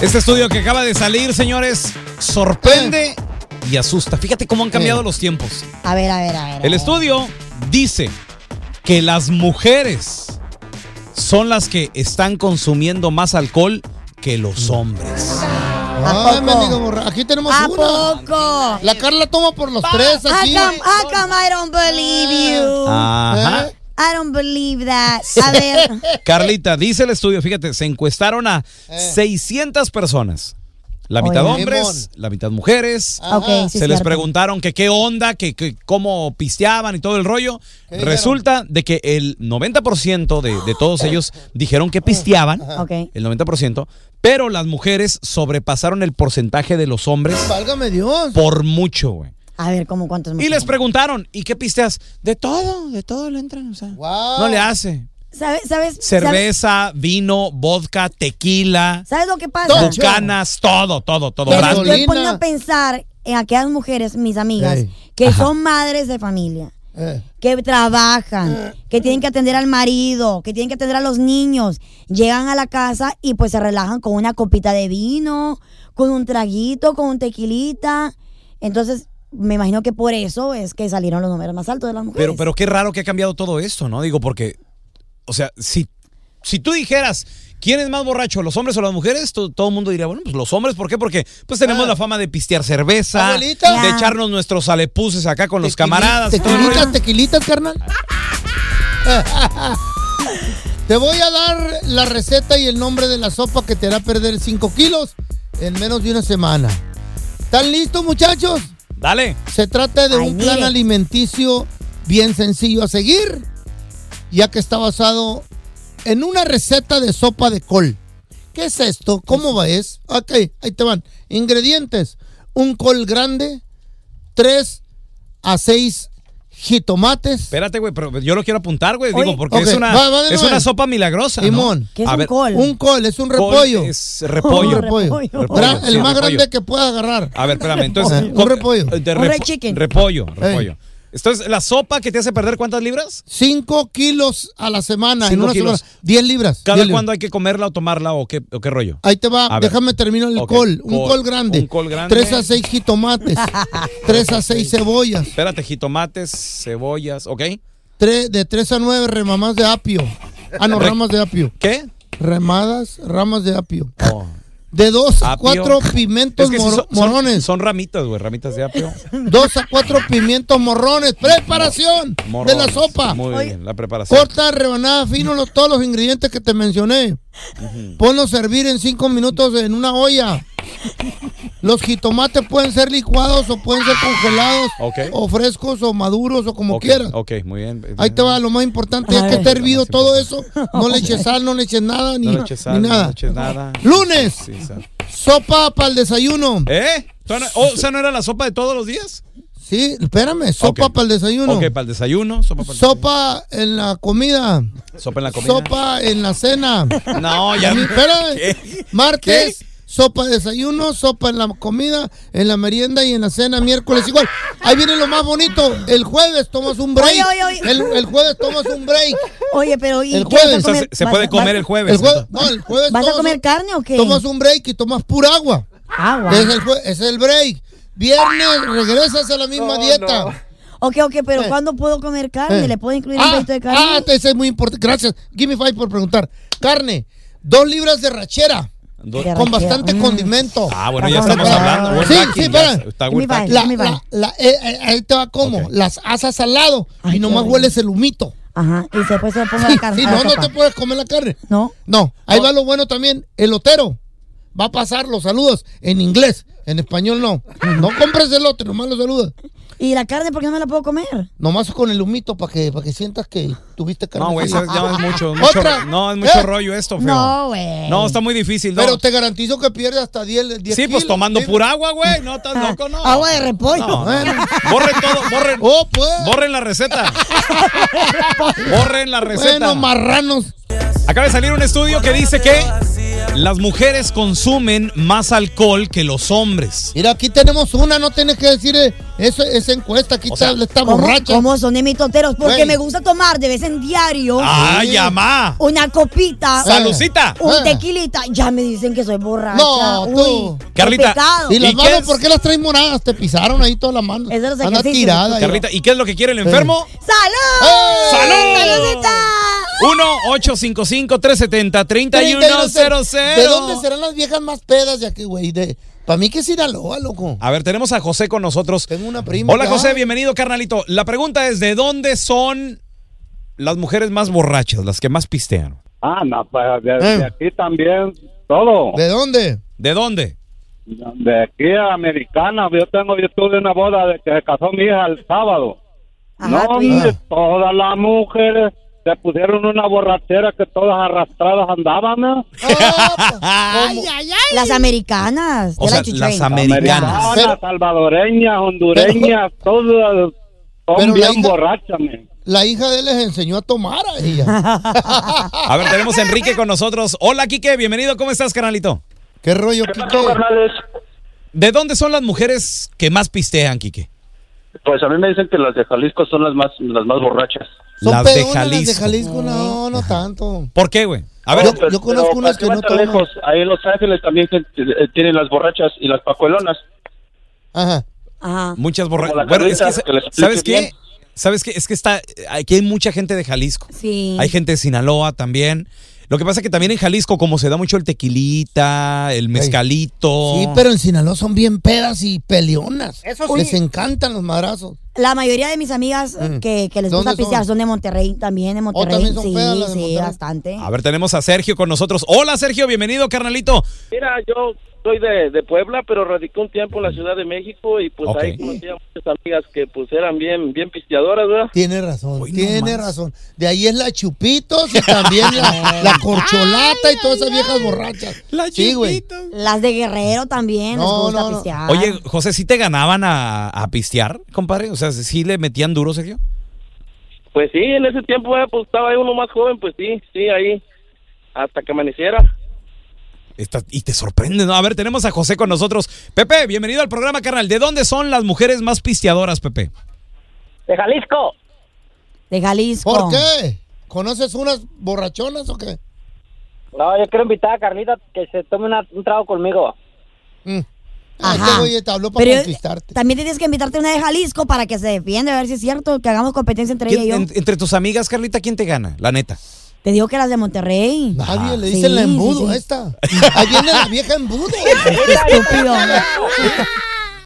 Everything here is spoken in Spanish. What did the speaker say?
Este estudio que acaba de salir, señores, Eh. sorprende y asusta. Fíjate cómo han cambiado los tiempos. A ver, a ver, a ver. a El ver. Oh. estudio dice que las mujeres son las que están consumiendo más alcohol que Mm. los hombres. ¿A Ay, poco? mendigo morra- Aquí tenemos ¿A una. poco? La Carla toma por los tres How aquí. come, how come I don't Ah. believe you? Ajá. ¿Eh? I don't believe that. A ver, Carlita, dice el estudio, fíjate, se encuestaron a Eh. 600 personas. La mitad Oye. hombres, la mitad mujeres. Ajá. ok, sí, se les cierto. preguntaron que qué onda, que, que cómo pisteaban y todo el rollo. ¿Qué dijeron? Resulta de que el 90% de, de todos ellos dijeron que pisteaban, Ok. el 90%, pero las mujeres sobrepasaron el porcentaje de los hombres Válgame Dios. por mucho, güey. A ver, ¿cómo cuántos Y les mujeres? preguntaron, ¿y qué pisteas? De todo, de todo le entran, o sea, Wow. no le hace. ¿Sabes? ¿Sabes? Cerveza, vino, vodka, tequila, ¿Sabes, ¿sabes lo que pasa? Don bucanas, todo, todo, todo. Pero brandy. yo me Gasolina. pongo a pensar en aquellas mujeres, mis amigas, Ey. que Ajá. son madres de familia, Eh, que trabajan, que tienen que atender al marido, que tienen que atender a los niños. Llegan a la casa y pues se relajan con una copita de vino, con un traguito, con un tequilita. Entonces, me imagino que por eso es que salieron los números más altos de las mujeres. Pero, Pues. pero qué raro que ha cambiado todo esto, ¿no? Digo, porque, o sea, si, si tú dijeras, ¿quién es más borracho, los hombres o las mujeres? To- todo el mundo diría, bueno, pues los hombres, ¿por qué? Porque pues tenemos Ah. la fama de pistear cerveza, Abuelita. de Ya. echarnos nuestros alepuses acá con los tequili- camaradas. y todo el rollo. Tequilitas, tequilitas, carnal. te voy a dar la receta y el nombre de la sopa que te hará perder 5 kilos en menos de una semana. ¿Están listos, muchachos? Dale. Se trata de Ay, un plan mire. alimenticio bien sencillo a seguir, ya que está basado en una receta de sopa de col. ¿Qué es esto? ¿Cómo va? Es? Ok, ahí te van. Ingredientes: un col grande, 3 a 6 jitomates. Espérate, güey, pero yo lo quiero apuntar, güey. Oye. Digo, porque Ok, es, una, va, va de es nuevo. una sopa milagrosa. ¿no? Simón. ¿Qué es A un ver, col? Un col, es un col repollo. Es Un repollo. repollo. Repollo. Gra- Sí, el más repollo. grande que puedas agarrar. A ver, espérame. Ah, Entonces, un co- repollo. de Un repo- red chicken. Repollo, Ey. repollo. Entonces, ¿la sopa que te hace perder cuántas libras? 5 kilos a la semana, en Cinco una kilos. semana. 10 libras. ¿Cada 10 libras. cuándo hay que comerla o tomarla o qué, o qué rollo? Ahí te va, A ver. déjame terminar el Ok, col. Un col, col, grande. un col grande. 3 a 6 jitomates. 3 a 6 cebollas. Espérate, jitomates, cebollas, ¿ok? tre- de 3 a 9 remamas de apio. Ah, no, Re- ramas de apio. ¿Qué? Remadas, ramas de apio. Oh. De 2 a Apio. 4 pimientos Es que sí moro- son, son- morrones. son ramitas, güey, ramitas de apio. 2 a 4 pimientos morrones. Preparación de la morrones. sopa. Muy Oye. bien, la preparación. Corta, rebanada, fino, los- todos los ingredientes que te mencioné. Ponlos a servir en 5 minutos en una olla. Los jitomates pueden ser licuados o pueden ser congelados Ok. o frescos o maduros o como Ok, quieras. Ok, muy bien. Ahí te va, lo más importante A es que ver. esté hervido Lo más todo eso. No le eches sal, no le eches nada, ni, No le eches sal, ni nada. no le eches nada. Lunes, Sí, sal. sopa para el desayuno. ¿Eh? ¿Tú no- oh, o sea, ¿no era la sopa de todos los días? Sí, espérame, sopa Ok. para el desayuno. Ok, para el desayuno, sopa para el Sopa en la comida. desayuno, sopa en la comida. Sopa en la cena. No, ya. Mi- espérame. ¿Qué? eh, Martes, ¿Qué? sopa de desayuno, sopa en la comida, en la merienda y en la cena. Miércoles igual. Ahí viene lo más bonito. El jueves tomas un break. Oye, oye, oye. El, el jueves tomas un break. Oye, pero ¿y El qué vas a jueves. O sea, comer? se, se ¿Vas puede a- comer vas- el jueves. El jueves, entonces. no, el jueves ¿Vas a tomas comer un- carne o qué? Tomas un break y tomas pura agua. Agua. Es el, jue- es el break. Viernes regresas a la misma dieta. Ok, ok, pero Eh. ¿cuándo puedo comer carne? Eh. ¿Le puedo incluir un Ah, pedacito de carne? ah, ese es muy importante. Gracias. Give me five por preguntar. Carne, dos libras de rachera Do- De con rachera, bastante mm. condimento. Ah, bueno, ya Ajá. estamos hablando. Sí, We're talking, sí, ya para. Está Give me we're talking. five. La, me va. la, la- eh, eh, ahí te va como, Ok. las asas al lado Ay, y nomás qué hueles el humito. Ajá, y después se le pongo la carne. Sí, a la no, no sopa. te puedes comer la carne. ¿No? No, ahí va lo bueno también, elotero. Va a pasar los saludos en inglés, en español no. No compres elote, nomás los saludos. ¿Y la carne por qué no me la puedo comer? Nomás con el humito para que, para que sientas que tuviste carne. No, güey, eso es- no, es mucho, es Otra. mucho- no, es mucho ¿Eh? rollo esto, feo. No, güey. No, está muy difícil, ¿no? Pero te garantizo que pierdes hasta 10 10 sí, pues kilos, tomando ¿sí? pura agua, güey. No, estás loco, no. Ah, Agua de repollo. No, no. Bueno. Borren todo, borren. Oh, pues. Borren la receta. Borren la receta. Bueno, marranos. Acaba de salir un estudio que dice que Las mujeres consumen más alcohol que los hombres. Mira, aquí tenemos una, no tienes que decir eh, eso, esa encuesta, aquí O está, sea, está ¿Cómo, borracha. cómo son de mis toteros? Porque Güey. Ah, me gusta tomar de vez en diario ¡Ay, amá! una copita, Sal- ¡Salucita! un Ah. tequilita. Ya me dicen que soy borracha. No, tú. Uy, qué Carlita, pecado. ¿Y las ¿Y qué manos es? por qué las traes moradas? Te pisaron ahí todas las manos. Es de los Anda ejercicios. tirada. ahí. Carlita, ¿y qué es lo que quiere el enfermo? ¡Eh! ¡Salud! ¡Salud! ¡Saludcita! 1-855-370-3100. ¿De dónde serán las viejas más pedas de aquí, güey? De... Para mí que es Sinaloa, loco. A ver, tenemos a José con nosotros. Tengo una prima. Hola ya. José, bienvenido carnalito. La pregunta es, ¿de dónde son las mujeres más borrachas, las que más pistean? Ah, no, pues de, Eh. de aquí también todo. ¿De dónde? ¿De dónde? De aquí a Americana, yo tengo, yo tuve una boda de que se casó mi hija el sábado. Ajá, no, tú y- hombre, todas las mujeres se pusieron una borrachera que todas arrastradas andaban. ¿no? Ah, pues, ¿cómo? Las americanas. O de la sea, Chuchuy. las americanas. Americanas, salvadoreñas, hondureñas, todas son pero la bien hija- borrachas. men. La hija de él les enseñó a tomar a ella. Ah. A ver, tenemos a Enrique con nosotros. Hola Quique, bienvenido. ¿Cómo estás carnalito? ¿Qué rollo, Quique? ¿De dónde son las mujeres que más pistean, Quique? Pues a mí me dicen que las de Jalisco son las más las más borrachas. ¿Son las de pedonas Jalisco. las de Jalisco? No, no tanto. ¿Por qué, güey? A ver, Yo- conozco unas que no tan toman. lejos, ahí en Los Ángeles también gente- eh, tienen las borrachas y las pacuelonas. Ajá. Ajá. muchas borrachas. como la Bueno, es que, Carlita, que la explique ¿sabes qué? bien. ¿Sabes qué? Es que está, aquí hay mucha gente de Jalisco. Sí. Hay gente de Sinaloa también. Lo que pasa es que también en Jalisco, como se da mucho el tequilita, el mezcalito. Sí, pero en Sinaloa son bien pedas y peleonas. Eso sí. Les encantan los madrazos. La mayoría de mis amigas eh, Mm. que, que les ¿Dónde gusta pistear son? Oh, son? de Monterrey también, de Monterrey. también son sí, feas las de sí, Monterrey. bastante. A ver, tenemos a Sergio con nosotros. Hola, Sergio, bienvenido, carnalito. Mira, yo soy de, de Puebla, pero radicó un tiempo en la Ciudad de México y pues Ok. ahí conocí a muchas amigas que pues eran bien, bien pisteadoras, ¿verdad? Tiene razón, Hoy no tiene más. razón. De ahí es la Chupitos y también la, la Corcholata y todas esas viejas borrachas. sí, güey. Ah. Las de Guerrero también les No, gusta no, no. pistear. Oye, José, ¿sí te ganaban a, a pistear, compadre? O sea, ¿sí le metían duro, Sergio? Pues sí, en ese tiempo eh, pues estaba ahí uno más joven, pues sí, sí, ahí hasta que amaneciera. Está- y te sorprende, ¿no? A ver, tenemos a José con nosotros. Pepe, bienvenido al programa, carnal. ¿De dónde son las mujeres más pisteadoras, Pepe? De Jalisco. de Jalisco. Oh. ¿Por qué? ¿Conoces unas borrachonas o qué? No, yo quiero invitar a Carlita que se tome una- un trago conmigo. Mm. Ah, Este Ajá. güey te habló para Pero conquistarte. También tienes que invitarte una de Jalisco para que se defienda, a ver si es cierto, que hagamos competencia entre ella ¿Quién- y yo. en- entre tus amigas, Carlita, ¿quién te gana? La neta. Te digo que las de Monterrey. Nadie Ajá. le dice Ah, Sí, la embudo sí, a sí. esta. Ahí viene la vieja embudo. Estúpido.